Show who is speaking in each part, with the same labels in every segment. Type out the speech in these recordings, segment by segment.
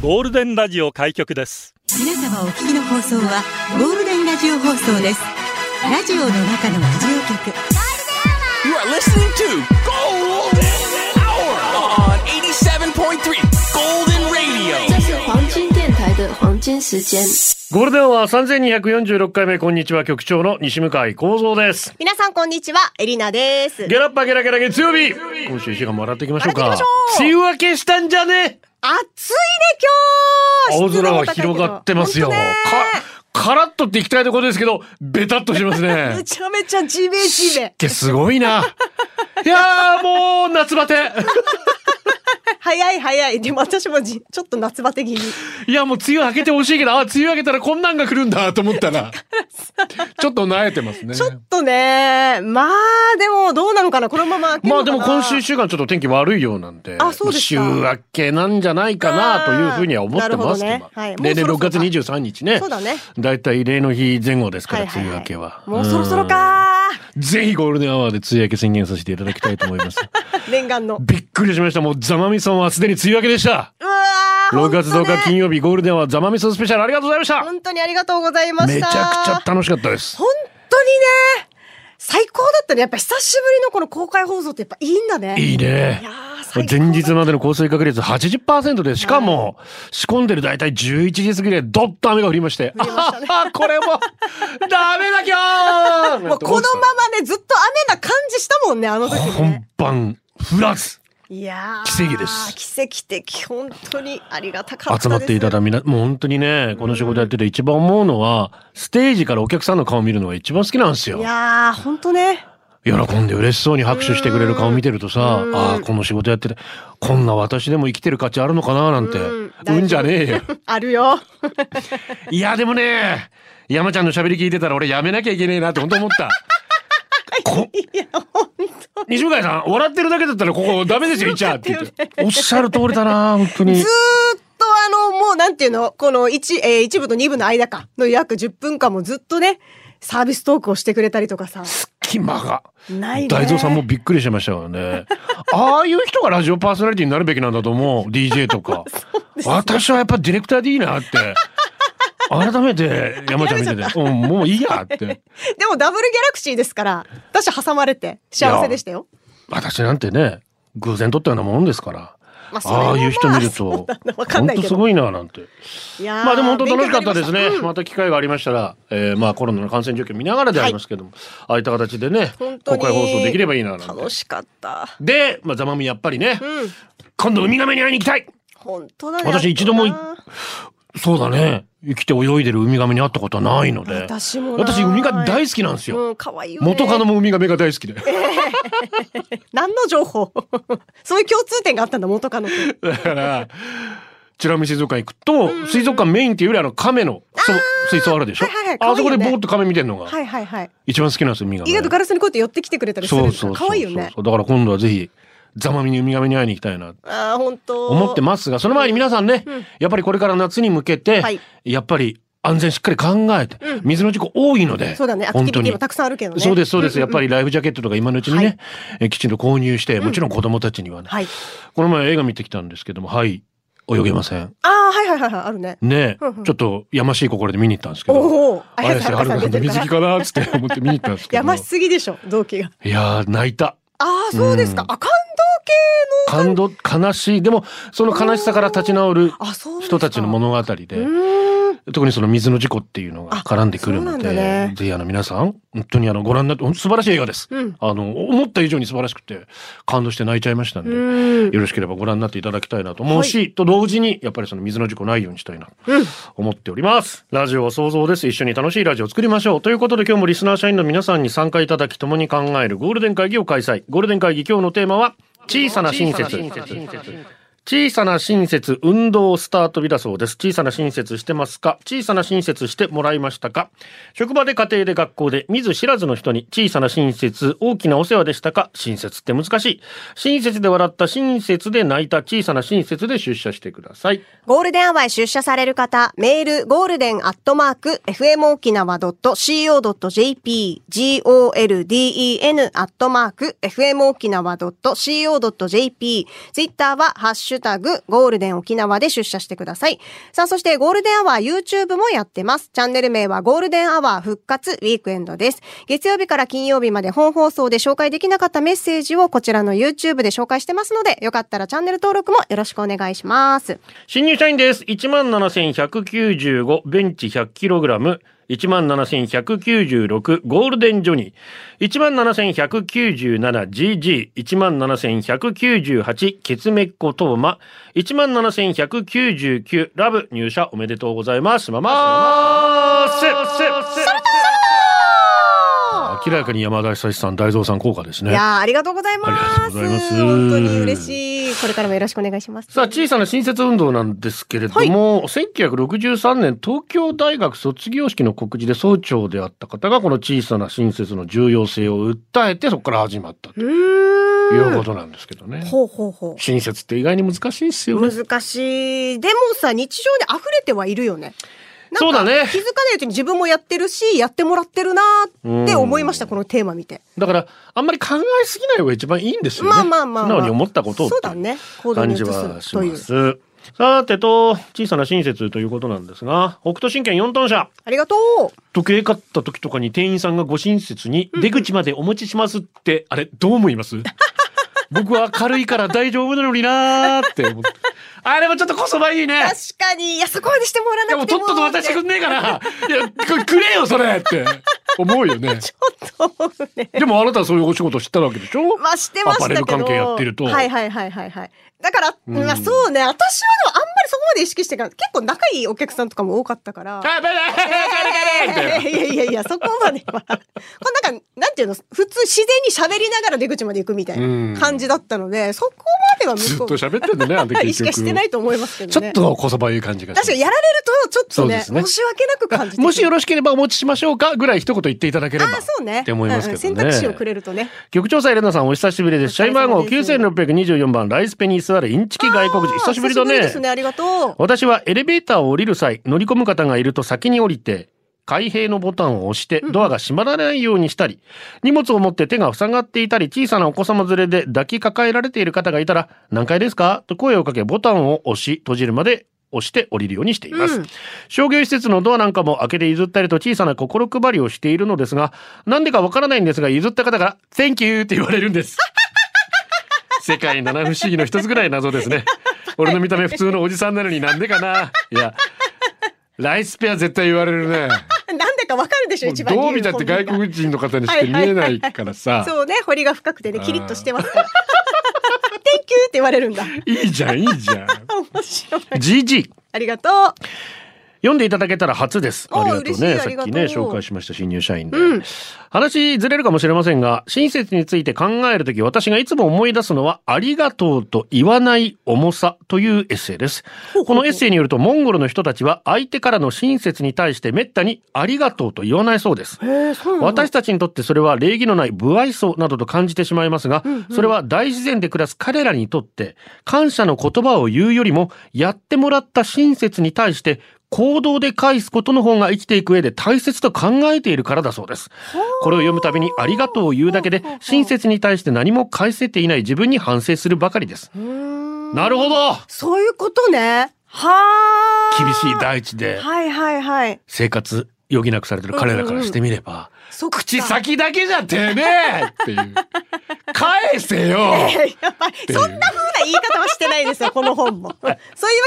Speaker 1: ゴールデンラジオ開局です
Speaker 2: 皆様お聞きの放送はゴールデンラジオ放送ですラジオの中のラジオ局
Speaker 3: You are listening to Golden Hour on 87.3 Golden Radio.
Speaker 4: 这是黄金电台的黄金时间。
Speaker 5: ゴールデンは3246回目、こんにちは、局長の西向井幸三です。
Speaker 6: 皆さんこんにちは、エリナです。
Speaker 5: ゲラッパゲラゲラ月曜日今週一週間もらっていきましょう
Speaker 6: もら
Speaker 5: か
Speaker 6: っていきま。しょう
Speaker 5: 梅雨明けしたんじゃね
Speaker 6: 暑いね、今
Speaker 5: 青
Speaker 6: 日湿
Speaker 5: 空
Speaker 6: 度も
Speaker 5: が
Speaker 6: 高いけど
Speaker 5: 広がってますよ。
Speaker 6: ほ
Speaker 5: か
Speaker 6: んとね、
Speaker 5: カラッとっていきたいところですけど、ベタっとしますね
Speaker 6: め。ちゃめちゃジメジメ。
Speaker 5: けすごい な。いやーもう夏バテ。
Speaker 6: 早い早い。でも私もじちょっと夏バテ気味。
Speaker 5: いやもう梅雨明けてほしいけど、あ、梅雨明けたらこんなんが来るんだと思った ら、ちょっと萎えてますね
Speaker 6: ち。ょっとね、まあでもどうなのかな、このまま明ける
Speaker 5: まあ
Speaker 6: の
Speaker 5: で
Speaker 6: かな。
Speaker 5: も今週1週間ちょっと天気悪いようなんで、
Speaker 6: あそうですか
Speaker 5: まあ週明けなんじゃないかなというふうには思ってます
Speaker 6: な
Speaker 5: け
Speaker 6: る
Speaker 5: ど
Speaker 6: ほどねはい
Speaker 5: 例年
Speaker 6: もう
Speaker 5: 6
Speaker 6: そろ
Speaker 5: 月
Speaker 6: そろか
Speaker 5: 23日ね
Speaker 6: そうだね
Speaker 5: だいたい例の日前後ですから、
Speaker 6: はいはい
Speaker 5: 梅
Speaker 6: はい
Speaker 5: 雨明けは
Speaker 6: もうそろそろか。
Speaker 5: うんぜひゴールデンアワーで梅雨明け宣言させていただきたいと思い ます
Speaker 6: 念願の。
Speaker 5: びっくりしましたもうザマミソンはすでに梅雨明けでした
Speaker 6: うわー
Speaker 5: 6月10日金曜日ゴールデンはザマミソンスペシャルありがとうございました
Speaker 6: 本当にありがとうございま
Speaker 5: め
Speaker 6: し
Speaker 5: ちゃく
Speaker 6: た。
Speaker 5: ちゃ楽しかったです
Speaker 6: 本当にね、最高だったね。やっぱ久しぶりのこの公開放送ってやっぱいいんだね。
Speaker 5: いいね
Speaker 6: いやー最高だ
Speaker 5: 前日までの降水確率80%で、しかも、仕込んでる大体11時過ぎで、どっと雨が降りまして、あははこれも、ダメだ今日
Speaker 6: もうこのままね、ずっと雨な感じしたもんね、あの時ね
Speaker 5: 本。番、降らず、
Speaker 6: いや
Speaker 5: 奇
Speaker 6: ー
Speaker 5: 跡です
Speaker 6: 奇跡的、本当にありがたかったです。
Speaker 5: 集まっていただみな、もう本当にね、この仕事やってて一番思うのは、ステージからお客さんの顔見るのが一番好きなんですよ
Speaker 6: い。やー、本当ね。
Speaker 5: 喜んで嬉しそうに拍手してくれる顔見てるとさ、ああ、この仕事やってて、こんな私でも生きてる価値あるのかななんて、
Speaker 6: うん
Speaker 5: うんじゃねえよ。
Speaker 6: あるよ。
Speaker 5: いや、でもね、山ちゃんの喋り聞いてたら俺やめなきゃいけねえなって本当思 った。こ
Speaker 6: いや、本当
Speaker 5: 西向井さん、笑ってるだけだったらここダメですよ、いちゃって言って
Speaker 6: すごかった。
Speaker 5: おっしゃる通りだな、本当に
Speaker 6: ずー。っとあの、もうなんていうの、この一えー一部と二部の間か、の約10分間もずっとね、サービストークをしてくれたりとかさ。
Speaker 5: 隙間が。
Speaker 6: ないね。
Speaker 5: 大蔵さんもびっくりしてましたからね。ああいう人がラジオパーソナリティになるべきなんだと思う。DJ とか。私はやっぱディレクターでいいなって。改めて山ちゃん見てて、うん、もういいやって。
Speaker 6: でもダブルギャラクシーですから、私挟まれて幸せでしたよ。
Speaker 5: 私なんてね、偶然撮ったようなもんですから。
Speaker 6: まあそれはま
Speaker 5: あ
Speaker 6: あ
Speaker 5: あいう人見る
Speaker 6: そう
Speaker 5: と
Speaker 6: だ な、わか
Speaker 5: 本
Speaker 6: んない
Speaker 5: 当
Speaker 6: けど
Speaker 5: すごいななんて。
Speaker 6: いやー
Speaker 5: まあでも本当楽しかったです
Speaker 6: 勉強にな
Speaker 5: ね
Speaker 6: りまし。
Speaker 5: また機会がありましたら、えーまあコロナの感染状況見ながらでありますけども、ああいった形でね、公
Speaker 6: 本当
Speaker 5: 開
Speaker 6: に
Speaker 5: 放送できればいいななんて。
Speaker 6: 楽しかった。
Speaker 5: で、まあザマミやっぱりね、
Speaker 6: うん。
Speaker 5: 今度ウミガメに会いに行きたい
Speaker 6: 本当だね。
Speaker 5: 私一度もいそうだね。生きて泳いでるウミガメに会ったことはないので。
Speaker 6: 私もない
Speaker 5: 私ウミガメ大好きなんですよ。
Speaker 6: うん、可愛いよ、ね。
Speaker 5: 元カノもウミガメが大好きで。
Speaker 6: 何の情報 そういう共通点があったんだ、元カノと。
Speaker 5: だから、 チラ見水族館行くと、水族館メインっていうよりあの亀の、そう、水槽あるでしょ
Speaker 6: はいはいはい可愛い
Speaker 5: あ
Speaker 6: よ
Speaker 5: そ
Speaker 6: ね
Speaker 5: こでボーっと亀見てんのが
Speaker 6: はいはいはい。
Speaker 5: 一番好きなんですよ、ウミガメ。
Speaker 6: 意外とガラスにこうやって寄ってきてくれたりする
Speaker 5: そ
Speaker 6: ん
Speaker 5: う
Speaker 6: だ
Speaker 5: そうそう
Speaker 6: 可愛いよね
Speaker 5: そ。うだから今度はぜひざまみにウミガメに会いに行きたいなと
Speaker 6: ああ、本当。
Speaker 5: 思ってますがその前に皆さんね、
Speaker 6: うん
Speaker 5: やっぱりこれから夏に向けて、
Speaker 6: はい
Speaker 5: やっぱり安全しっかり考えて、
Speaker 6: うん
Speaker 5: 水の事故多いので
Speaker 6: そうだね、アクティビティもたくさんあるけどね。
Speaker 5: そうですそうです、
Speaker 6: んん
Speaker 5: やっぱりライフジャケットとか今のうちにね、
Speaker 6: はい
Speaker 5: えきちんと購入してもちろん子供たちにはね、
Speaker 6: はい。
Speaker 5: この前映画見てきたんですけどもはい泳げません
Speaker 6: ああ、はいはいはいはい、あるね。
Speaker 5: ね、
Speaker 6: うんうん
Speaker 5: ちょっとやましい心で見に行ったんですけど
Speaker 6: おお、
Speaker 5: 綾瀬はるかさんの水着かなっつって思って見に行ったんですけ
Speaker 6: や
Speaker 5: ど
Speaker 6: ましすぎでしょ、同期が。
Speaker 5: いやー泣いた
Speaker 6: ああ、そうですか。
Speaker 5: うん
Speaker 6: あ、感動系
Speaker 5: 感動悲しいでもその悲しさから立ち直る
Speaker 6: の。あ、そうですか
Speaker 5: 人たちの物語で
Speaker 6: うーん。
Speaker 5: 特にその水の事故っていうのが絡んでくる
Speaker 6: あ
Speaker 5: の
Speaker 6: そうなんだ
Speaker 5: で
Speaker 6: ね
Speaker 5: ぜひあの皆さん本当にあのご覧になって本当素晴らしい映画です、
Speaker 6: うん
Speaker 5: あの思った以上に素晴らしくて感動して泣いちゃいましたんで、
Speaker 6: うん
Speaker 5: よろしければご覧になっていただきたいなと思うし、と同時にやっぱりその水の事故ないようにしたいなと思っております、ラジオは想像です一緒に楽しいラジオを作りましょうということで今日もリスナー社員の皆さんに参加いただき共に考えるゴールデン会議を開催ゴールデン会議今日のテーマは小さな親切小さな親切運動スタート日だそうです。小さな親切してますか小さな親切してもらいましたか職場で家庭で学校で見ず知らずの人に小さな親切大きなお世話でしたか親切って難しい。親切で笑った親切で泣いた小さな親切で出社してください。
Speaker 6: ゴールデンアワーへ出社される方、メール、ゴールデンアットマーク、fmokinawa.co.jp、golden アットマーク、fmokinawa.co.jp、ツイッターは、ハッシュタグ、ゴールデン沖縄で出社してください。さあ、そしてゴールデンアワー YouTube もやってます。チャンネル名はゴールデンアワー復活ウィークエンドです。月曜日から金曜日まで本放送で紹介できなかったメッセージをこちらの YouTube で紹介してますので、よかったらチャンネル登録もよろしくお願いします。
Speaker 5: 新入社員です。17,195、ベンチ 100kg、17,196、ゴールデンジョニー、17,197GG、17,198、ケツメッコトーマ、17,199、ラブ、入社おめでとうございます。まます明らかに山田久志さん、大蔵さん効果です
Speaker 6: い
Speaker 5: ね。
Speaker 6: やーありがとうございます。
Speaker 5: ありがとうございます
Speaker 6: 本当に嬉しい。これからもよろしくお願いします。
Speaker 5: さあ、小さな新設運動なんですけれども、1963年東京大学卒業式の告示で総長であった方が、この小さな新設の重要性を訴えて、そこから始まったと
Speaker 6: うーん
Speaker 5: いうことなんですけどね。
Speaker 6: ほうほうほう。
Speaker 5: 新設って意外に難しいですよね。
Speaker 6: 難しい。でもさ、日常で溢れてはいるよね。なんか
Speaker 5: そうだね
Speaker 6: 気づかないうちに自分もやってるし、やってもらってるなーって思いました、このテーマ見て。
Speaker 5: だから、あんまり考えすぎない方が一番いいんですよね。
Speaker 6: まあまあまあまあ
Speaker 5: 素直に思ったことを。
Speaker 6: そうだね行動に
Speaker 5: 感
Speaker 6: 移
Speaker 5: じ
Speaker 6: す
Speaker 5: はし
Speaker 6: とい
Speaker 5: ま
Speaker 6: う
Speaker 5: す。さてと、小さな新設ということなんですが、北斗神拳4トン車。
Speaker 6: ありがとう。
Speaker 5: 時計買った時とかに店員さんがご親切に出口までお持ちしますって、あれどう思います 僕は軽いから大丈夫なのになーって思って。あれもちょっとこそばいいね。
Speaker 6: 確かに、いや、そこまでしてもらわ
Speaker 5: で
Speaker 6: な
Speaker 5: も
Speaker 6: く
Speaker 5: とっ
Speaker 6: ても
Speaker 5: とと渡してくんねえかな。いや、くくれよそれって思うよね。
Speaker 6: と思うね。
Speaker 5: でもあなたはそういうお仕事知ったわけでしょ
Speaker 6: まあ、してましたけど。
Speaker 5: アパレル関係やってると
Speaker 6: はいはいはいはいはい。だから、
Speaker 5: ん
Speaker 6: まあそうね、私はでもあんまりそこまで意識してから、結構仲いいお客さんとかも多かったから。
Speaker 5: あ、バイバイ
Speaker 6: いやいやいや、そこまでは。こうなんか、なんていうの、普通自然に喋りながら出口まで行くみたい
Speaker 5: うん
Speaker 6: な感じだったので、そこまで は
Speaker 5: ずっと
Speaker 6: 向こう。
Speaker 5: 喋ってんのね、あの時結局。
Speaker 6: 意識はしてないと思いますけ
Speaker 5: ち
Speaker 6: ど
Speaker 5: ょっ
Speaker 6: ね。
Speaker 5: とこそばいい感じがする
Speaker 6: 確かにやられると、ちょっと
Speaker 5: そうで
Speaker 6: ね
Speaker 5: すね
Speaker 6: 申し訳なく感じて
Speaker 5: もしよろしければお持ちしましょうかぐらい一言言っていただければ。
Speaker 6: ああ、そうね。
Speaker 5: って思いますけどね
Speaker 6: うん選択肢をくれるとね。
Speaker 5: 局長さん、エレナさん、お久しぶりです。社員番号
Speaker 6: お疲れ様です
Speaker 5: 9624番、ライスペニースアレインチキ外国人。久しぶりだ
Speaker 6: あー久
Speaker 5: ね
Speaker 6: しですね。ありがとう。
Speaker 5: 私はエレベーターを降りる際、乗り込む方がいると先に降りて、開閉のボタンを押して、ドアが閉まらないようにしたり、荷物を持って手が塞がっていたり、小さなお子様連れで抱きかかえられている方がいたら、何階ですかと声をかけ、ボタンを押し、閉じるまで押して降りるようにしています。
Speaker 6: うん
Speaker 5: 商業施設のドアなんかも開けて譲ったりと小さな心配りをしているのですが、なんでかわからないんですが、譲った方から、Thank you! って言われるんです。世界七不思議の一つぐらい謎 ですね。俺の見た目普通のおじさんなのになんでかな。いや、ライスペア絶対言われるね。
Speaker 6: なんでかわかるでしょ、
Speaker 5: もう
Speaker 6: 一番に
Speaker 5: ど
Speaker 6: 言
Speaker 5: う見たって外国人の方にし
Speaker 6: は
Speaker 5: て
Speaker 6: い
Speaker 5: 見
Speaker 6: はい
Speaker 5: え
Speaker 6: は
Speaker 5: ないいからさ。
Speaker 6: そうね、彫りが深くてね、キリッとしてますから。Thank you って言われるんだ。
Speaker 5: いいじゃん、いいじ ゃん。
Speaker 6: 面白い。
Speaker 5: GG。
Speaker 6: ありがとう。
Speaker 5: 読んでいただけたら初です。
Speaker 6: お
Speaker 5: あ
Speaker 6: ー
Speaker 5: りがとうね。
Speaker 6: 嬉しい
Speaker 5: さ
Speaker 6: ありが
Speaker 5: っ
Speaker 6: と
Speaker 5: き
Speaker 6: う
Speaker 5: ね、紹介しました新入社員で。
Speaker 6: うん
Speaker 5: 話ずれるかもしれませんが、親切について考えるとき、私がいつも思い出すのは、ありがとうと言わない重さというエッセイです。
Speaker 6: ほう
Speaker 5: このエッセイによると、モンゴルの人たちは相手からの親切に対して滅多にありがとうと言わないそうです。
Speaker 6: えー、そうなんだ
Speaker 5: 私たちにとってそれは礼儀のない不愛想などと感じてしまいますが、それは大自然で暮らす彼らにとって、感謝の言葉を言うよりも、やってもらった親切に対して、行動で返すことの方が生きていく上で大切と考えているからだそうです。これを読むたびにありがとうを言うだけで、親切に対して何も返せていない自分に反省するばかりです。なるほど
Speaker 6: そういうことね。はあ。
Speaker 5: 厳しい大地で
Speaker 6: はいはいはい。
Speaker 5: 生活余儀なくされてる彼らからしてみれば、
Speaker 6: そっか
Speaker 5: 口。先だけじゃてめえっていう。返せよ
Speaker 6: いややっぱりそんな風な言い方はしてないですよ、この 本も。そういうわ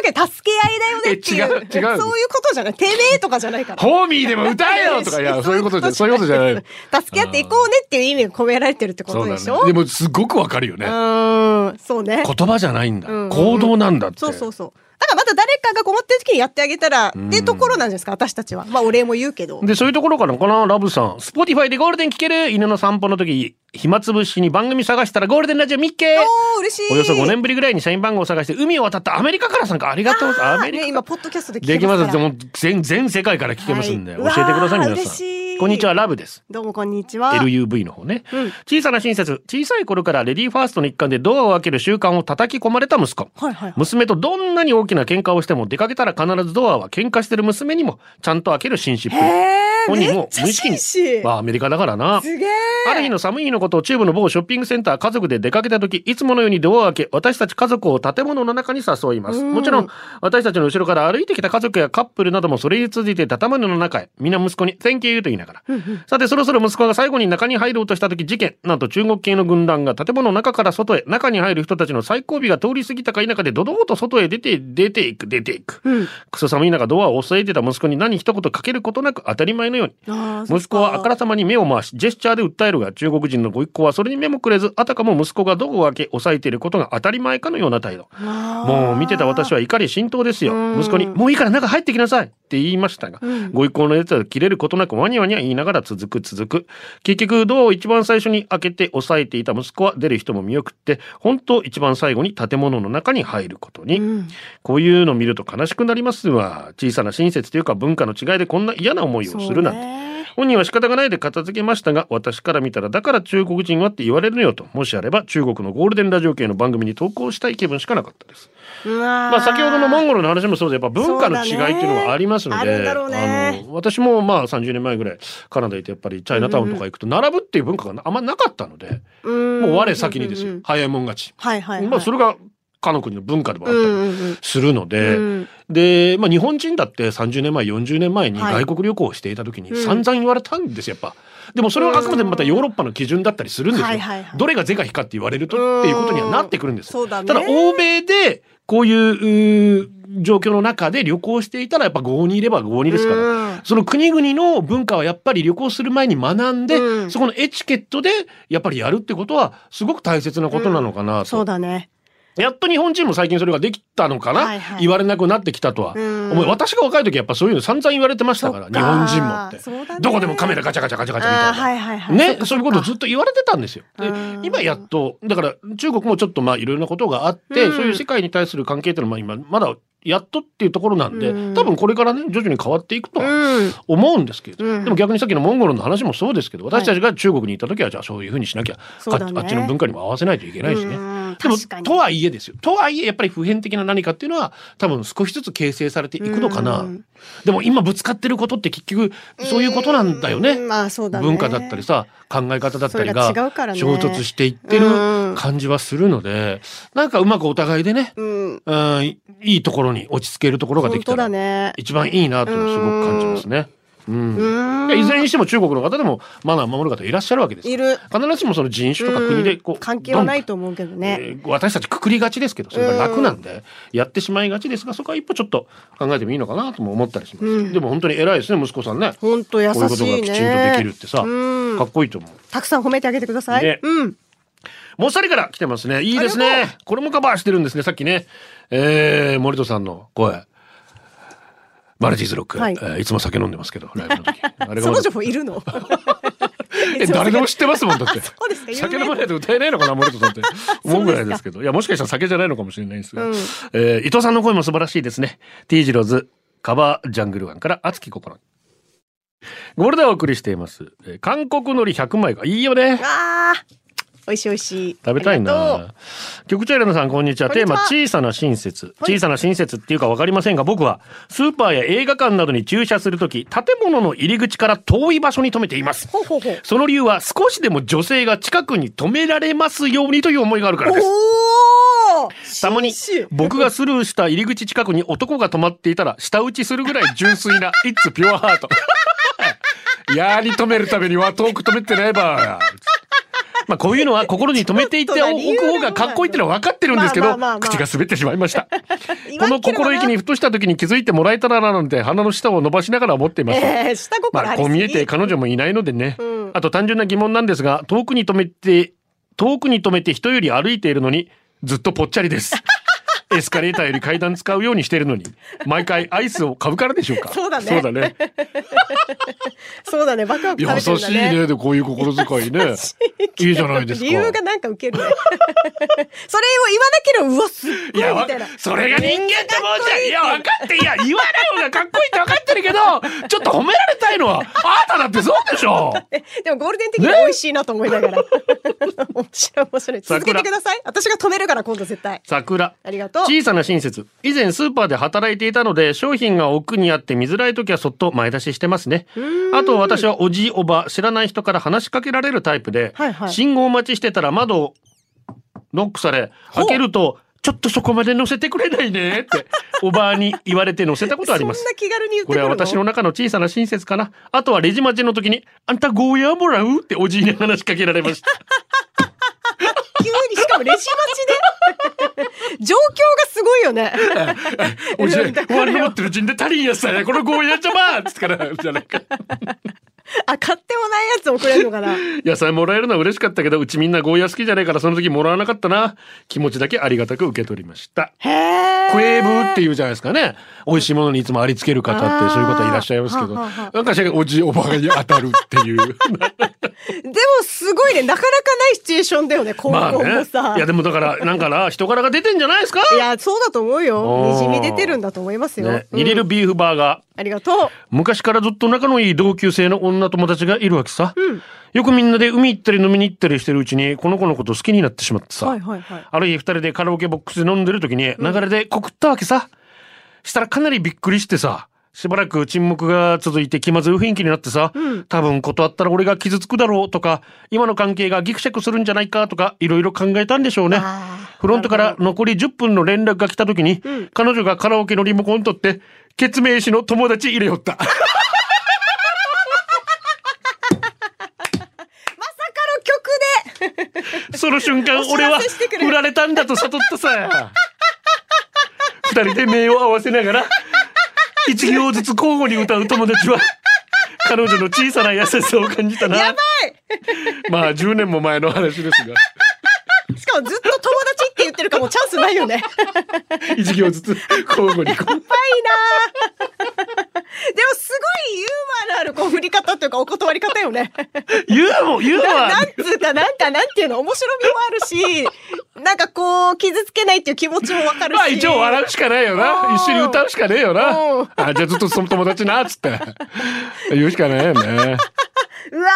Speaker 6: けで助け合いだよねってい
Speaker 5: え
Speaker 6: う。
Speaker 5: 違う違う
Speaker 6: そういうことじゃない。てめえとかじゃないから。
Speaker 5: ホーミーでも歌え よとか、い や、そういうことじゃ、そういうことじゃない。
Speaker 6: 助け合っていこうねっていう意味が込められてるってこ
Speaker 5: そ
Speaker 6: と
Speaker 5: う
Speaker 6: で
Speaker 5: だ
Speaker 6: しょ
Speaker 5: ね。でも、すごくわかるよ
Speaker 6: う
Speaker 5: ね。
Speaker 6: ーん、そうね。
Speaker 5: 言葉じゃないんだ。
Speaker 6: うん
Speaker 5: 行動なんだって。
Speaker 6: そうそうそう。からまた誰かが困ってる時にやってあげたら、ってところなんじゃないですか、私たちは。まあ、お礼も言うけど。
Speaker 7: で、そういうところからかな、ラブさん。スポティファイでゴールデン聞ける犬の散歩の時、暇つぶしに番組探したらゴールデンラジオ見っ
Speaker 6: お
Speaker 7: け
Speaker 6: ー、嬉しい。
Speaker 7: およそ5年ぶりぐらいに社員番号を探して海を渡ったアメリカからさんかありがとうアメリ
Speaker 6: ね、
Speaker 7: カ
Speaker 6: 今、ポッドキャストで聞
Speaker 7: で
Speaker 6: け
Speaker 7: き
Speaker 6: ます
Speaker 7: ま
Speaker 6: から
Speaker 7: すもう全全世界から聞けますんで、
Speaker 6: はいうわー
Speaker 7: 教えてください皆
Speaker 6: 嬉
Speaker 7: さ
Speaker 6: しい
Speaker 7: んこんにちはラブです
Speaker 6: どうも、こんにちは。
Speaker 7: LUV の方ね、
Speaker 6: うん
Speaker 7: 小さな親切小さい頃からレディーファーストの一環でドアを開ける習慣を叩き込まれた息子
Speaker 6: はいはいはい。
Speaker 7: 娘とどんなに大きな喧嘩をしても出かけたら必ずドアは喧嘩してる娘にもちゃんと開ける紳士っぷり
Speaker 6: へー、
Speaker 7: 本人
Speaker 6: めっ
Speaker 7: も
Speaker 6: ちゃ
Speaker 7: 無意識
Speaker 6: 紳
Speaker 7: に
Speaker 6: 士。
Speaker 7: まあアメリカだからな
Speaker 6: すげえ。
Speaker 7: ある日の寒い日のことを中部の某ショッピングセンター家族で出かけた時いつものようにドアを開け私たち家族を建物の中に誘います、
Speaker 6: うん
Speaker 7: もちろん私たちの後ろから歩いてきた家族やカップルなどもそれに続いて建物の中へ皆息子に「Thank you」と言いながら、さてそろそろ息子が最後に中に入ろうとした時事件なんと中国系の軍団が建物の中から外へ中に入る人たちの最後尾が通り過ぎたか否かでドドーと外へ出て出ていく出ていく、
Speaker 6: うん
Speaker 7: クソ寒い中ドアを押さえてた息子に何一言かけることなく当たり前のように
Speaker 6: あーそっか
Speaker 7: 息子はあからさまに目を回しジェスチャーで訴えるが中国人のご一行はそれに目もくれずあたかも息子がドアを開け抑えていることが当たり前かのような態度
Speaker 6: あー
Speaker 7: もう見てた私は怒り浸透です
Speaker 6: う
Speaker 7: よ
Speaker 6: ん
Speaker 7: 息子に「もういいから中入ってきなさい」って言いましたが、
Speaker 6: うん
Speaker 7: ご一行のやつは切れることなくワニワニは言いながら続く続く結局ドアを一番最初に開けて抑えていた息子は出る人も見送って本当一番最後に建物の中に入ることに、
Speaker 6: うん
Speaker 7: こういうの見ると悲しくなりますわ小さな親切というか文化の違いでこんな嫌な思いをするなんて。
Speaker 6: そうね
Speaker 7: 本人は仕方がないで片付けましたが私から見たらだから中国人はって言われるのよともしあれば中国のゴールデンラジオ系の番組に投稿したい気分しかなかったです
Speaker 6: うわー
Speaker 7: まあ先ほどのモンゴルの話もそうでやっぱ文化の違いっていうのはありますの
Speaker 6: そうだねあるん
Speaker 7: で、
Speaker 6: だろうね
Speaker 7: あの私もまあ30年前ぐらいカナダ行ってやっぱりチャイナタウンとか行くと並ぶっていう文化があんまなかったので、
Speaker 6: うん
Speaker 7: もう我先にですよ、
Speaker 6: うんうん
Speaker 7: 早いもん勝ち、
Speaker 6: はいはいはい。
Speaker 7: まあそれがかの国の文化でもあっ
Speaker 6: う
Speaker 7: た
Speaker 6: ん
Speaker 7: り
Speaker 6: うんうん
Speaker 7: するので、
Speaker 6: うん
Speaker 7: で、まあ、日本人だって30年前40年前に
Speaker 6: はい
Speaker 7: 外国旅行をしていた時に
Speaker 6: うん
Speaker 7: 散々言われたんですよやっぱ。でもそれはあくまでまたヨーロッパの基準だったりするんですよ。
Speaker 6: はいはいはい
Speaker 7: どれが是か非かって言われるとっていうことにはなってくるんです。
Speaker 6: そうだね。
Speaker 7: ただ欧米でこういううー状況の中で旅行していたらやっぱ郷にいれば郷にですから。
Speaker 6: うん
Speaker 7: その国々の文化はやっぱり旅行する前に学んで、
Speaker 6: うん
Speaker 7: そこのエチケットでやっぱりやるってことはすごく大切なことなのかなと
Speaker 6: そうだね。
Speaker 7: やっと日本人も最近それができたのかな、
Speaker 6: はいはい
Speaker 7: 言われなくなってきたとは、
Speaker 6: うん
Speaker 7: 思い私が若い時やっぱそういうの散々言われてましたから
Speaker 6: そっ
Speaker 7: 日本人もって、
Speaker 6: そうだね
Speaker 7: どこでもカメラガチャガチャガチャガチャみ
Speaker 6: あ
Speaker 7: たい
Speaker 6: ー
Speaker 7: な。
Speaker 6: はいはいはい。
Speaker 7: ね
Speaker 6: っ、か
Speaker 7: そういうことずっと言われてたんですよ。で
Speaker 6: うん
Speaker 7: 今やっとだから中国もちょっとまあいろいろなことがあって、
Speaker 6: うん
Speaker 7: そういう世界に対する関係っていうのはまあ今まだやっとっていうところなんで、
Speaker 6: うん
Speaker 7: 多分これからね徐々に変わっていくと
Speaker 6: う
Speaker 7: は
Speaker 6: ん。
Speaker 7: 思うんですけど、
Speaker 6: うん
Speaker 7: でも逆にさっきのモンゴルの話もそうですけど私たちが中国にいた時はじゃあそういうふうにしなきゃ、
Speaker 6: そうだ
Speaker 7: あ
Speaker 6: ね
Speaker 7: あっちの文化にも合わせないといけないしね。
Speaker 6: うん
Speaker 7: でも
Speaker 6: 確かに
Speaker 7: とはいえですよとはいえやっぱり普遍的な何かっていうのは多分少しずつ形成されていくのかな、
Speaker 6: うん
Speaker 7: でも今ぶつかってることって結局そういうことなんだよね,、
Speaker 6: うんまあそうだね。
Speaker 7: 文化だったりさ考え方だったり
Speaker 6: そ
Speaker 7: が
Speaker 6: れが違うからね
Speaker 7: 衝突していってる
Speaker 6: うん
Speaker 7: 感じはするので、なんかうまくお互いでね、
Speaker 6: うん。
Speaker 7: うん、いいところに落ち着けるところがで
Speaker 6: 本
Speaker 7: き
Speaker 6: 当
Speaker 7: た
Speaker 6: だ
Speaker 7: ら、
Speaker 6: ね。
Speaker 7: 一番いいなというのをすごく感じますね。うん
Speaker 6: うん
Speaker 7: いやいずれにしても中国の方でもマナーを守る方いらっしゃるわけです
Speaker 6: いる。
Speaker 7: 必ずしもその人種とか国でこう、
Speaker 6: うん関係はない
Speaker 7: ドン
Speaker 6: と思うけど
Speaker 7: え
Speaker 6: ね。
Speaker 7: ー私たちくくりがちですけどそれが楽なんでやってしまいがちですがそこは一歩ちょっと考えてもいいのかなとも思ったりします、
Speaker 6: うん
Speaker 7: でも本当に偉いですね息子さんねこ
Speaker 6: 本当優し
Speaker 7: う
Speaker 6: い
Speaker 7: いう
Speaker 6: ね。
Speaker 7: ことがきちんとできるってさ、
Speaker 6: うん
Speaker 7: かっこいいと思う
Speaker 6: たくさん褒めてあげてください。
Speaker 7: ね
Speaker 6: うん。
Speaker 7: もっさりから来てますねいいです
Speaker 6: ありが
Speaker 7: ねこれもカバーしてるんですねさっきね、えー、森戸さんの声マルチーズロック、
Speaker 6: はい
Speaker 7: いえーいつも酒飲んでますけどライブの 時あれ
Speaker 6: そ
Speaker 7: がま
Speaker 6: の
Speaker 7: た
Speaker 6: 情報い るの
Speaker 7: え誰でも知ってますもんだっ て
Speaker 6: そうですか有名
Speaker 7: 酒飲まないと歌えないのかな森戸さ んって思うぐらいですけどいやもしかしたら酒じゃないのかもしれないんですが、
Speaker 6: うん
Speaker 7: えー伊藤さんの声も素晴らしいですね T ジローズカバージャングルワンから熱き心にゴールデンをお送りしています、えー韓国海苔100枚がいいよね
Speaker 6: ああ、美味しい美味しい。
Speaker 7: 食べたい
Speaker 6: ありがとう。
Speaker 7: な。局長エレナさん、こんにちは。
Speaker 6: こんに
Speaker 7: テー
Speaker 6: ちは
Speaker 7: マ、小さな親切。
Speaker 6: はい
Speaker 7: 小さな親切っていうかわかりませんが、僕は、スーパーや映画館などに駐車するとき、建物の入り口から遠い場所に止めています。
Speaker 6: ほうほうほう。
Speaker 7: その理由は、少しでも女性が近くに止められますようにという思いがあるからです。
Speaker 6: おお。
Speaker 7: たまに
Speaker 6: 紳士、
Speaker 7: 僕がスルーした入り口近くに男が止まっていたら、舌打ちするぐらい純粋な、It's Pure Heart。やり止めるためには遠く止めてねば。まあこういうのは心に留め ていっておく方がかっこいいってのは分かってるんですけ
Speaker 6: まあ
Speaker 7: ど
Speaker 6: まあまあまあ
Speaker 7: 口が滑ってしまいま したこ
Speaker 6: 今
Speaker 7: の心意気にふとした時に気づいてもらえたらななんて鼻の下を伸ばしながら思っていました
Speaker 6: えー、下心あり
Speaker 7: まあ、こう見えて彼女もいないのでね、
Speaker 6: うん
Speaker 7: あと単純な疑問なんですが遠く に止めて遠くに止めて人より歩いているのにずっとぽっちゃりですエスカレーターより階段使うようにしてるのに、毎回アイスを買うからでしょうか。
Speaker 6: そうだね
Speaker 7: そうだね。
Speaker 6: そうだね、バクバク
Speaker 7: 優
Speaker 6: 食べてるん
Speaker 7: し
Speaker 6: だ
Speaker 7: い
Speaker 6: ね。
Speaker 7: ね。で、こういう心遣いね。いいじゃないですか。
Speaker 6: 理由がなんかウケるね。それを 言わなければ、うわ、すっ
Speaker 7: い
Speaker 6: ごい
Speaker 7: や、
Speaker 6: み
Speaker 7: わ
Speaker 6: たいな。
Speaker 7: それが人間ってもんじゃん。いや、分かって、いや、言わない方がかっこいいって分かってるけど、ちょっと褒められたいのは、あなただってそうでしょ。
Speaker 6: え でもゴールデン的に美味しいなと思いながら。 面白い面白い。続けて
Speaker 7: 桜
Speaker 6: ください。私が止めるから今度絶対。
Speaker 7: 桜。
Speaker 6: ありがとう。
Speaker 7: 小さな親切以前スーパーで働いていたので商品が奥にあって見づらい時はそっと前出ししてますねあと私はおじいおば知らない人から話しかけられるタイプで、
Speaker 6: はいはい
Speaker 7: 信号待ちしてたら窓をノックされ開けると「ちょっとそこまで乗せてくれないね」って おばあに言われて乗せたことあります
Speaker 6: そんな気軽に言って
Speaker 7: こ
Speaker 6: く
Speaker 7: れ
Speaker 6: る
Speaker 7: は
Speaker 6: の
Speaker 7: 私の中の小さな親切かなあとはレジ待ちの時に「あんたゴーヤーもらう?」っておじいに話しかけられました
Speaker 6: 急にしかもレジ待ち で状況がすごいよね。
Speaker 7: おじい、
Speaker 6: うんだからよ
Speaker 7: 終わり持ってる人で足りんやつだね。このゴーヤーちゃまっつってから、じゃな いか。
Speaker 6: あ買ってもないやつ送れるのかな。
Speaker 7: 野菜もらえるのは嬉しかったけど、うちみんなゴーヤー好きじゃないから、その時もらわなかったな。気持ちだけありがたく受け取りました。
Speaker 6: へえ。
Speaker 7: クエーブーっていうじゃないですかね。美味しいものにいつもありつける方っ
Speaker 6: あー
Speaker 7: て、そういう方いらっしゃいますけど、
Speaker 6: はあはあはあ
Speaker 7: なんかしらおじいおばあに当たるって いう。
Speaker 6: でもすごいねなかなかないシチュエーションだよね高
Speaker 7: まあ
Speaker 6: 校も
Speaker 7: ね
Speaker 6: さ。。
Speaker 7: いや、でもだから、なんかな、人柄が出てんじゃないですか
Speaker 6: いやそうだと思うよ。
Speaker 7: お
Speaker 6: に
Speaker 7: ー
Speaker 6: じみ出てるんだと思いますよ。
Speaker 7: ね、
Speaker 6: うん
Speaker 7: 煮れるビーフバーガー。
Speaker 6: ありがとう。
Speaker 7: 昔からずっと仲のいい同級生の女友達がいるわけさ、よくみんなで海行ったり飲みに行ったりしてるうちにこの子のこと好きになってしまってさ、
Speaker 6: はいはいはい。
Speaker 7: ある日二人でカラオケボックスで飲んでる時に流れで告ったわけさしたらかなりびっくりしてさしばらく沈黙が続いて気まずい雰囲気になってさ、多分断ったら俺が傷つくだろうとか今の関係がギクシャクするんじゃないかとかいろいろ考えたんでしょうね
Speaker 6: あー
Speaker 7: フロントから残り10分の連絡が来た時に、彼女がカラオケのリモコン取って、決命詞の友達入れよった。
Speaker 6: まさかの曲で。
Speaker 7: その瞬間、
Speaker 6: 知
Speaker 7: 俺は
Speaker 6: らせしてくれ
Speaker 7: 振られたんだと悟ったさ。二人で目を合わせながら、一行ずつ交互に歌う友達は、彼女の小さな優しさを感じたな。
Speaker 6: やばい。
Speaker 7: まあ、10年も前の話ですが、
Speaker 6: しかもずっと友達って言ってるからもうチャンスないよね。や
Speaker 7: 一行ずつ交互に こ
Speaker 6: ばいなー
Speaker 7: う。
Speaker 6: で もすごいユーモアのあるこう振り方というかお断り方よね。
Speaker 7: ユーモ、ユーモ
Speaker 6: な
Speaker 7: ア
Speaker 6: なんつうかなんかなんていうの面白みもあるし、 なんかこう傷つけないっていう気持ちもわかるし。
Speaker 7: まあ一応笑うしかないよ
Speaker 6: うん
Speaker 7: な。一緒に歌うしかねえよ
Speaker 6: うん
Speaker 7: な。あ、じゃあずっとその友達な、つって。言うしかないよ
Speaker 6: う
Speaker 7: ね。
Speaker 6: わ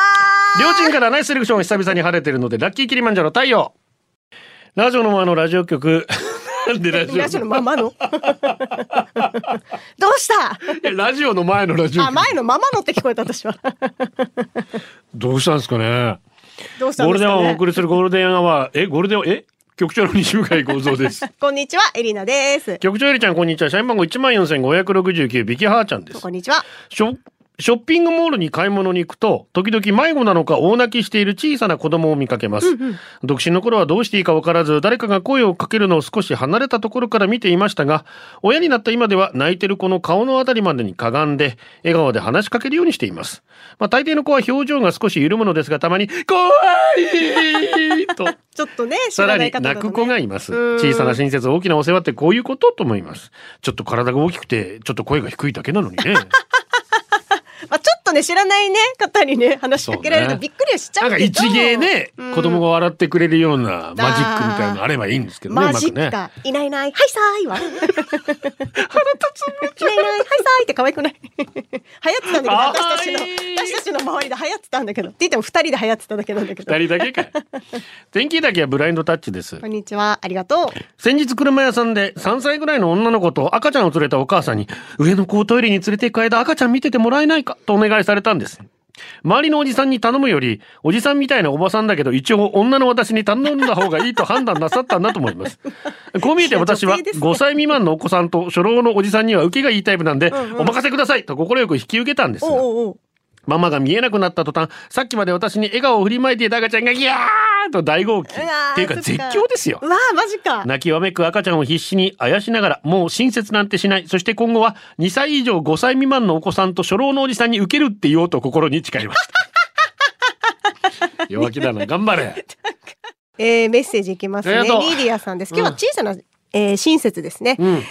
Speaker 6: ー
Speaker 7: 両親からナイスセレクション久々に晴れてるので、ラッキーキリマンジャロ太陽。ラジオの前のラジオ局。なんでラジオ
Speaker 6: ラジオのま まのどうした
Speaker 7: いやラジオの前のラジオ
Speaker 6: あ、
Speaker 7: 局。
Speaker 6: 前のままのって聞こえた私は。
Speaker 7: どうしたんですかね。
Speaker 6: どうしたん
Speaker 7: ゴー
Speaker 6: です
Speaker 7: ルデン
Speaker 6: か
Speaker 7: をお
Speaker 6: ね
Speaker 7: 送。りするゴールデンアワー。え、ゴールデンを、え局長の西向井幸 三です。
Speaker 6: こんにちは、エリナです。
Speaker 7: 局長ゆりちゃん、こんにちは。社員番号14,569、ビキハーちゃんです
Speaker 6: こ。んにちは。
Speaker 7: ショショッピングモールに買い物に行くと時々迷子なのか大泣きしている小さな子供を見かけます、独身の頃はどうしていいか分からず誰かが声をかけるのを少し離れたところから見ていましたが親になった今では泣いてる子の顔のあたりまでにかがんで笑顔で話しかけるようにしています、まあ、大抵の子は表情が少し緩むのですがたまに「怖い!」 と
Speaker 6: ちょっとね、知
Speaker 7: さ
Speaker 6: ら
Speaker 7: ら
Speaker 6: ない
Speaker 7: に
Speaker 6: 方だと、ね、
Speaker 7: 泣く子がいます。
Speaker 6: うん
Speaker 7: 小さな親切、大きなお世話ってこういうことと思います。ちょっと体が大きくて、ちょっと声が低いだけなのにね。
Speaker 6: まあ、ちょっとね、知らないね、方にね、話しかけられる
Speaker 7: そう
Speaker 6: と
Speaker 7: ね
Speaker 6: びっくりはしちゃ
Speaker 7: な
Speaker 6: うん
Speaker 7: か
Speaker 6: けど。
Speaker 7: 一芸ね、子供が笑ってくれるようなマジックみたいなのあればいいんですけどね、
Speaker 6: マ
Speaker 7: うま
Speaker 6: ジ
Speaker 7: く
Speaker 6: ック
Speaker 7: ね。
Speaker 6: か。いないいない。はいさーいは。腹立つ。いないいない。はいさーいって可愛くない流行ってたんだけど、私たちの、
Speaker 7: 可愛い
Speaker 6: 私たちの周りで流行ってたんだけど。って言っても二人で流行ってただけなんだけど。
Speaker 7: 二人だけ かい。天気だけはブラインドタッチです
Speaker 6: こ。んにちは。ありがとう。
Speaker 7: 先日車屋さんで3歳ぐらいの女の子と赤ちゃんを連れたお母さんに上の子をトイレに連れて行く間赤ちゃん見ててもらえないかとお願いされたんです。周りのおじさんに頼むより、おじさんみたいなおばさんだけど一応女の私に頼んだ方がいいと判断なさったんだと思います。こう見えて私は
Speaker 6: 女性ですね
Speaker 7: 5歳未満のお子さんと初老のおじさんには受けがいいタイプなんで、お任せくださいと心よく引き受けたんです
Speaker 6: お
Speaker 7: が
Speaker 6: うおうおう。
Speaker 7: ママが見えなくなった途端、さっきまで私に笑顔を振りまいていた赤ちゃんがギャーと大号泣。
Speaker 6: うわー
Speaker 7: っていうか
Speaker 6: そっか
Speaker 7: 絶叫ですよ
Speaker 6: う。わー、マジか。
Speaker 7: 泣きわめく赤ちゃんを必死にあやしながらもう親切なんてしないそして今後は2歳以上5歳未満のお子さんと初老のおじさんに受けるって言おうと心に誓いました 弱気だな頑張れ
Speaker 6: えー、メッセージいきますね。
Speaker 7: あ
Speaker 6: リ
Speaker 7: りがとう
Speaker 6: ーディアさんです。今日は小さなえー親切ですね。
Speaker 7: うん。
Speaker 6: 妊娠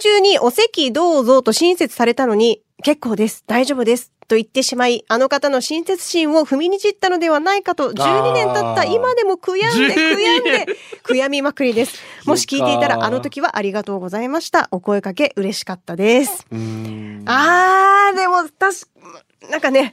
Speaker 6: 中にお席どうぞと親切されたのに、結構です、大丈夫です、と言ってしまい、あの方の親切心を踏みにじったのではないかと、12年経った今でも悔やんで、
Speaker 7: 12
Speaker 6: 悔やんで、悔やみまくりです。もし聞いていた
Speaker 7: そっ
Speaker 6: ら、
Speaker 7: か
Speaker 6: あの時はありがとうございました。お声かけ嬉しかったです。
Speaker 7: うん
Speaker 6: あー、でも、確か、なんかね、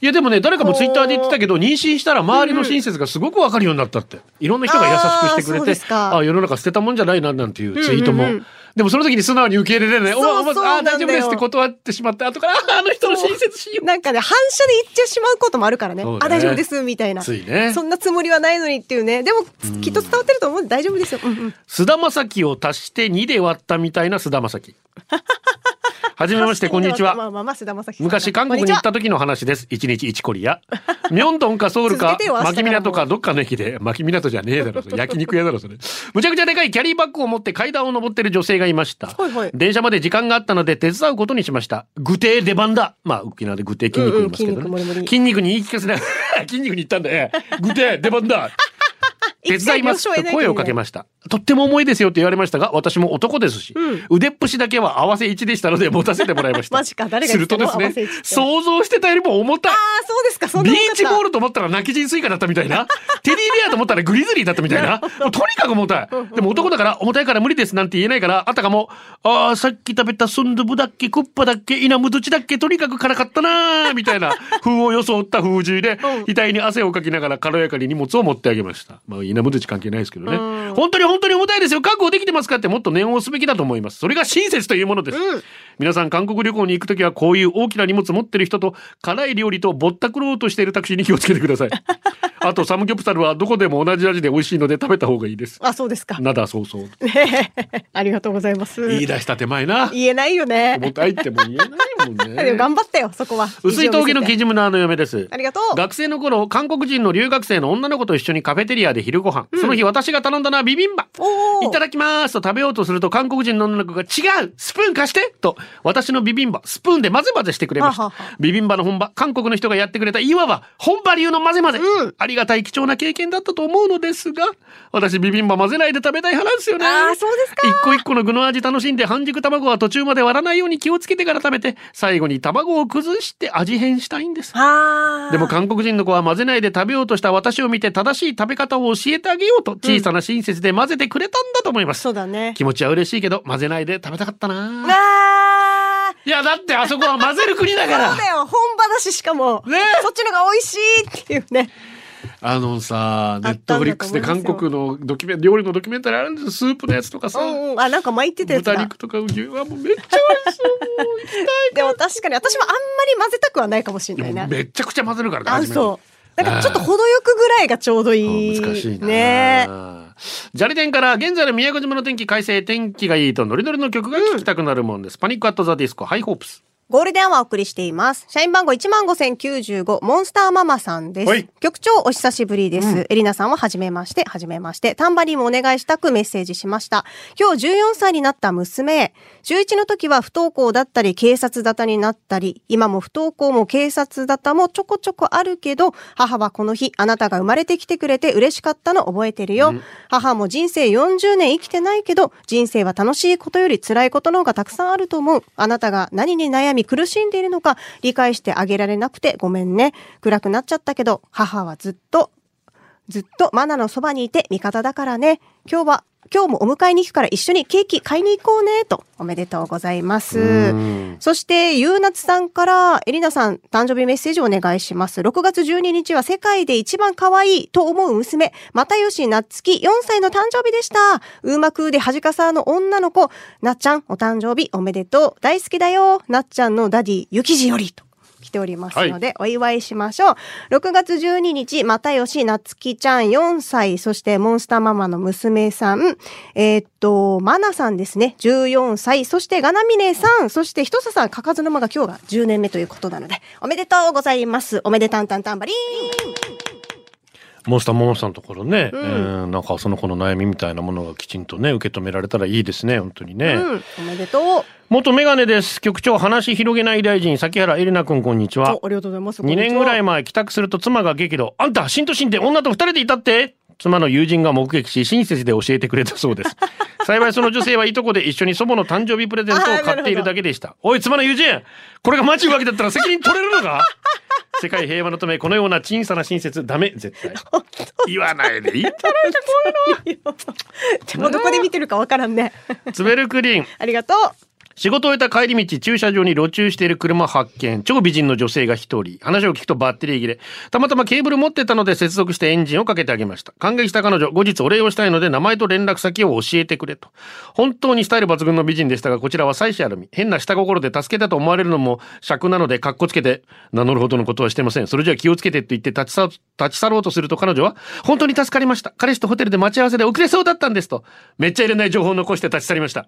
Speaker 7: いやでもね誰かもツイッターで言ってたけど妊娠したら周りの親切がすごく分かるようになったっていろんな人が優しくしてく
Speaker 6: あーそう
Speaker 7: れ
Speaker 6: で
Speaker 7: て
Speaker 6: すか
Speaker 7: あ世の中捨てたもんじゃないななんていうツイートも、
Speaker 6: うんうんうん
Speaker 7: でもその時に素直に受け入れられない「
Speaker 6: そう
Speaker 7: お
Speaker 6: そう
Speaker 7: ああ
Speaker 6: な
Speaker 7: 大
Speaker 6: んだ
Speaker 7: 丈
Speaker 6: よ
Speaker 7: 夫です」って断ってしまって後からあ「あの人の親切しよ
Speaker 6: なんかね、反射で言っちゃしまうこともあるからね。
Speaker 7: そうだ
Speaker 6: あ、
Speaker 7: ね」
Speaker 6: 大丈夫です、みたいうな。
Speaker 7: ついね
Speaker 6: そんなつもりはないのにっていうね。でも、きっと伝わってると思うんで大丈夫ですよ。うんうん
Speaker 7: 菅田将暉を足して2で割ったみたいな菅田将暉はじめましてこんにち
Speaker 6: まあ
Speaker 7: は
Speaker 6: まあまあ、須田まさきさんだ
Speaker 7: 昔韓国に行った時の話です一日一コリアミョンドンかソウル
Speaker 6: 続
Speaker 7: か
Speaker 6: けてよ明日から
Speaker 7: 牧
Speaker 6: も
Speaker 7: 港かどっかの駅で牧港じゃねえだろそ れ焼肉屋だろそれむちゃくちゃでかいキャリーバッグを持って階段を上ってる女性がいました、
Speaker 6: はいはい
Speaker 7: 電車まで時間があったので手伝うことにしました具体出番だまあ沖縄で具体筋肉言いますけど、ね
Speaker 6: うんうん筋肉もりもり
Speaker 7: 筋肉に言い聞かせない 筋肉に言ったんだええ具体出 番だ手伝いますと声をかけました。とっても重いですよと言われましたが、私も男ですし、
Speaker 6: うん
Speaker 7: 腕っぷしだけは合わせ1でしたので持たせてもらいました。
Speaker 6: マジか誰が
Speaker 7: す
Speaker 6: 言っ
Speaker 7: る
Speaker 6: た
Speaker 7: と
Speaker 6: の
Speaker 7: です
Speaker 6: 合わ
Speaker 7: ね
Speaker 6: せ1って、
Speaker 7: 想像してたよりも重たい。
Speaker 6: ああ、そうですか、そん
Speaker 7: ビ
Speaker 6: な
Speaker 7: ー
Speaker 6: ことか
Speaker 7: チボールと思ったら泣き人スイカだったみたい な。テディベアと思ったらグリズリーだったみたいな。もうとにかく重たい。でも男だから重たいから無理ですなんて言えないから、あたかも、ああ、さっき食べたスンドゥブだっけ、クッパだっけ、イナムどっちだっけ、とにかく辛かったなーみた いな風を装った風習で、額に汗をかきながら軽やかに荷物を持ってあげました。まあ、イナムどっち関係ないですけどね。本当に本当に重たいですよ。覚悟できてますかってもっと念を押すべきだと思います。それが親切というものです。皆さん韓国旅行に行くときはこういう大きな荷物持ってる人と辛い料理とぼったくろうとしているタクシーに気をつけてく ださい。あとサムギョプサルはどこでも同じ味で美味しいので食べた方がいいです。
Speaker 6: あ、そうですか。
Speaker 7: なだそうそう。
Speaker 6: ありがとうございます。
Speaker 7: 言い出した手前な。
Speaker 6: 言えないよね。
Speaker 7: 重たいってもう言えないも ん
Speaker 6: でも
Speaker 7: ね。
Speaker 6: 頑張ったよ、そこは。
Speaker 7: 薄い峠の
Speaker 6: 記
Speaker 7: キ
Speaker 6: 事。
Speaker 7: ジムナーの嫁です。
Speaker 6: ありがとう。
Speaker 7: 学生の頃韓国人の留学生の女の子と一緒にカフェテリアで昼ご飯、その日私が頼んだのはビビンバ
Speaker 6: おー
Speaker 7: いただきますと食べようとすると韓国人の女の子が違うスプーン貸してと私のビビンバスプーンで混ぜ混ぜしてくれました
Speaker 6: ははは
Speaker 7: ビビンバの本場韓国の人がやってくれたいわば本場流の混ぜ混ぜ、ありがたい貴重な経験だったと思うのですが私ビビンバ混ぜないで食べたい派なんですよね
Speaker 6: あーそうですか
Speaker 7: 一個一個の具の味楽しんで半熟卵は途中まで割らないように気をつけてから食べて最後に卵を崩して味変したいんです
Speaker 6: あー
Speaker 7: でも韓国人の子は混ぜないで食べようとした私を見て正しい食べ方を教えてあげようと小さな親切で混ぜてくれたんだと思います、
Speaker 6: そうだね。
Speaker 7: 気持ちは嬉しいけど混ぜないで食べたかったな
Speaker 6: あー
Speaker 7: いやだってあそこは混ぜる国だか
Speaker 6: そ
Speaker 7: ら
Speaker 6: うだよ、本場だし、しかも。
Speaker 7: ね
Speaker 6: そっちのが美味しいっていうね。
Speaker 7: あのさネ
Speaker 6: あ
Speaker 7: ッ
Speaker 6: っ
Speaker 7: ト
Speaker 6: た
Speaker 7: フ
Speaker 6: ん
Speaker 7: リッ
Speaker 6: だ
Speaker 7: ク
Speaker 6: と
Speaker 7: ス
Speaker 6: 思
Speaker 7: で
Speaker 6: いますよ
Speaker 7: 韓国のドキュメン料理のドキュメンタリーあるんですよスープのやつとかさ
Speaker 6: うんうん。あ、なんか巻いてたやつ
Speaker 7: 豚
Speaker 6: だ。
Speaker 7: 肉とか牛はもうめっちゃ美味し
Speaker 6: でも確かに、私もあんまり混ぜたくはないかもしれ
Speaker 7: い
Speaker 6: な
Speaker 7: も
Speaker 6: い
Speaker 7: う
Speaker 6: ね。
Speaker 7: めっちゃくちゃ混ぜるからね
Speaker 6: あ、
Speaker 7: 初めに
Speaker 6: そう。なんかちょっと程よくぐらいがちょうどいい。
Speaker 7: 難しいな。
Speaker 6: ねえ。
Speaker 7: ジャリテンから現在の宮古島の天気快晴天気がいいとノリノリの曲が聴きたくなるもんです、パニックアットザディスコハイホープス
Speaker 6: ゴールデンはお送りしています。社員番号15095、モンスターママさんで
Speaker 7: はい
Speaker 6: す。局長、お久しぶりです。エリナさんは初めまして、初めまして。タンバリンもお願いしたくメッセージしました。今日14歳になった娘へ。中1の時は不登校だったり、警察沙汰になったり、今も不登校も警察沙汰もちょこちょこあるけど、母はこの日、あなたが生まれてきてくれて嬉しかったの覚えてるよ。母も人生40年生きてないけど、人生は楽しいことより辛いことの方がたくさんあると思う。あなたが何に悩み苦しんでいるのか理解してあげられなくてごめんね。暗くなっちゃったけど、母はずっと、ずっとマナのそばにいて味方だからね。今日は、今日もお迎えに行くから一緒にケーキ買いに行こうね、とおめでとうございます。そして、ゆうなつさんから、エリナさん、誕生日メッセージお願いします。6月12日は世界で一番可愛いと思う娘、又吉なつき4歳の誕生日でした。うーまくーではじかさの女の子、なっちゃん、お誕生日おめでとう。大好きだよ。なっちゃんのダディ、ゆきじよりと。来ておりますので、お祝いしましょう。6月12日、又吉なつきちゃん4歳、そしてモンスターママの娘さん、えーっと、まなさんですね、14歳、そしてがなみねさん、そしてひとささん、かかずの間が今日が10年目ということなので、おめでとうございます。おめでたんたんたんばりーん。
Speaker 7: モンスターモンスターのところね、
Speaker 6: うん
Speaker 7: えーなんかその子の悩みみたいなものがきちんとね受け止められたらいいですね本当にね、
Speaker 6: うん、おめでと
Speaker 7: 元メガネです局長話広げない大臣崎原エレナ君こんにち
Speaker 6: う。
Speaker 7: は
Speaker 6: おありがとうございます。
Speaker 7: 2年ぐらい
Speaker 6: も。
Speaker 7: 前帰宅すると妻が激怒「あんた新都心で女と2人でいたって!」妻の友人が目撃し親切で教えてくれたそうです幸いその女性はいとこで一緒に祖母の誕生日プレゼントを買っているだけでしたおい妻の友人これがマジ浮気だったら責任取れるのか世界平和のためこのような小さな親切ダメ絶対言わないでいいんだろ
Speaker 6: でもどこで見てるかわからんね。
Speaker 7: つべるクリーン
Speaker 6: ありがとう。
Speaker 7: 仕事を終えた帰り道駐車場に路駐している車発見超美人の女性が一人話を聞くとバッテリー切れたまたまケーブル持ってたので接続してエンジンをかけてあげました感激した彼女後日お礼をしたいので名前と連絡先を教えてくれと本当にスタイル抜群の美人でしたがこちらは妻子あるみ変な下心で助けたと思われるのも尺なのでかっこつけて名乗るほどのことはしてませんそれじゃあ気をつけてと言って立ち去立ち去ろうとすると彼女は本当に助かりました彼氏とホテルで待ち合わせで遅れそうだったんですとめっちゃ入れない情報を残して立ち去りました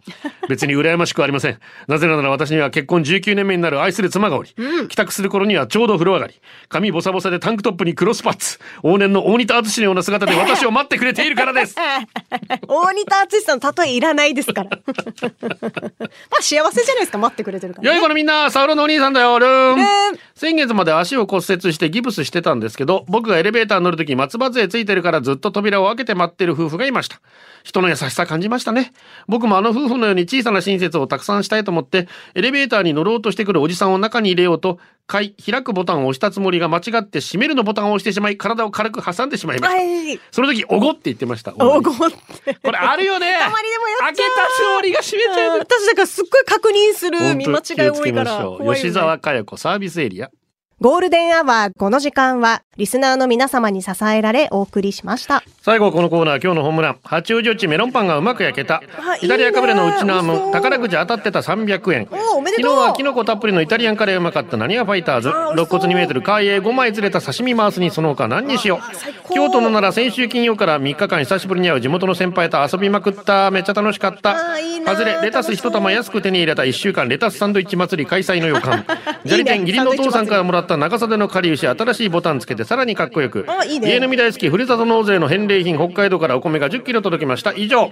Speaker 7: 別に羨ましくはありませんなぜなら私には結婚19年目になる愛する妻がおり、帰宅する頃にはちょうど風呂上がり髪ボサボサでタンクトップにクロスパッツ往年の大仁田淳のような姿で私を待ってくれているからです
Speaker 6: 大仁田敦さんの例えいらないですから。 まあ幸せじゃないですか。待ってくれてるから、
Speaker 7: 良い
Speaker 6: ね。
Speaker 7: 子のみんな、サウロのお兄さんだよ、ルーン
Speaker 6: ルーン
Speaker 7: 先月まで足を骨折してギブスしてたんですけど、僕がエレベーターに乗るとき松葉杖ついてるからずっと扉を開けて待ってる夫婦がいました。人の優しさ感じましたね。僕もあの夫婦のように小さな親切をたくさんしたいと思って、エレベーターに乗ろうとしてくるおじさんを中に入れようと、開、開くボタンを押したつもりが間違って閉めるのボタンを押してしまい、体を軽く挟んでしまいました。
Speaker 6: はい。
Speaker 7: その時、おごって言ってました。
Speaker 6: おごって。
Speaker 7: これあるよね
Speaker 6: たまにでもやっ
Speaker 7: 開
Speaker 6: ち
Speaker 7: けた
Speaker 6: ゃう
Speaker 7: つもりが閉めちゃ
Speaker 6: う
Speaker 7: う
Speaker 6: ん私だからすっごい確認する見間違い多いから
Speaker 7: 本当に気をつけましょう
Speaker 6: 怖いよね
Speaker 7: 吉沢佳代子サービスエリア
Speaker 6: ゴールデンアワーこの時間はリスナーの皆様に支えられお送りしました
Speaker 7: 最後このコーナー今日のホームラン八王子よちメロンパンがうまく焼けた
Speaker 6: あいいね
Speaker 7: イタリアかぶれのうちなーム宝くじ当たってた300円
Speaker 6: おおめで
Speaker 7: 昨日
Speaker 6: とう
Speaker 7: はキノコたっぷりのイタリアンカレーうまかったなにわファイターズ肋骨2メートル海へ5枚釣れた刺身回すにその他何にしよう京都のなら先週金曜から3日間久しぶりに会う地元の先輩と遊びまくっためっちゃ楽しかった
Speaker 6: あいいな
Speaker 7: 外れレタス1玉安く手に入れた1週間レタスサンドイッチ祭り開催の予 感砂利店義理のお父さんからもらった長袖のかりゆし新しいボタンつけてさらにかっこよく
Speaker 6: あいいね
Speaker 7: 家飲み大好きふるさと納税の返礼品北海道からお米が1 0キロ届きました以上
Speaker 6: あ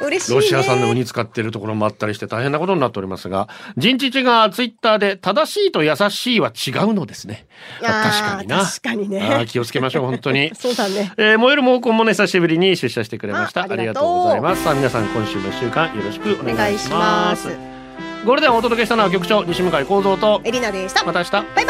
Speaker 6: ー嬉しい、ね、
Speaker 7: ロシア産のウニ使ってるところもあったりして大変なことになっておりますが、人知がツイッターで正しいと優しいは違うのですね。
Speaker 6: あー
Speaker 7: 確かにな。
Speaker 6: 確かにね。
Speaker 7: あー気をつけましょう、本当に
Speaker 6: そうだね
Speaker 7: えー、燃える毛根もね、久しぶりに出社してくれました。
Speaker 6: あ
Speaker 7: あ
Speaker 6: ありがとう
Speaker 7: りがとうございます。さあ、皆さん、今週の一週間よろしくお
Speaker 6: お願
Speaker 7: 願
Speaker 6: い
Speaker 7: い
Speaker 6: し
Speaker 7: し
Speaker 6: ま
Speaker 7: ますす。ゴールデンをお届けしたのは局長、西向井幸三と、
Speaker 6: エリナでした
Speaker 7: ま
Speaker 6: バイ
Speaker 7: た明日。
Speaker 6: バイ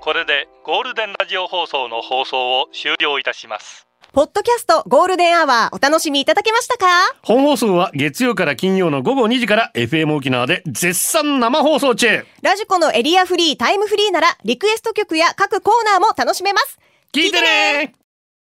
Speaker 8: これでゴールデンラジオ放送の放送を終了いたします
Speaker 6: ポッドキャストゴールデンアワーお楽しみいただけましたか
Speaker 7: 本放送は月曜から金曜の午後2時から FM 沖縄で絶賛生放送中。
Speaker 6: ラジコのエリアフリータイムフリーならリクエスト曲や各コーナーも楽しめます
Speaker 7: 聞いてね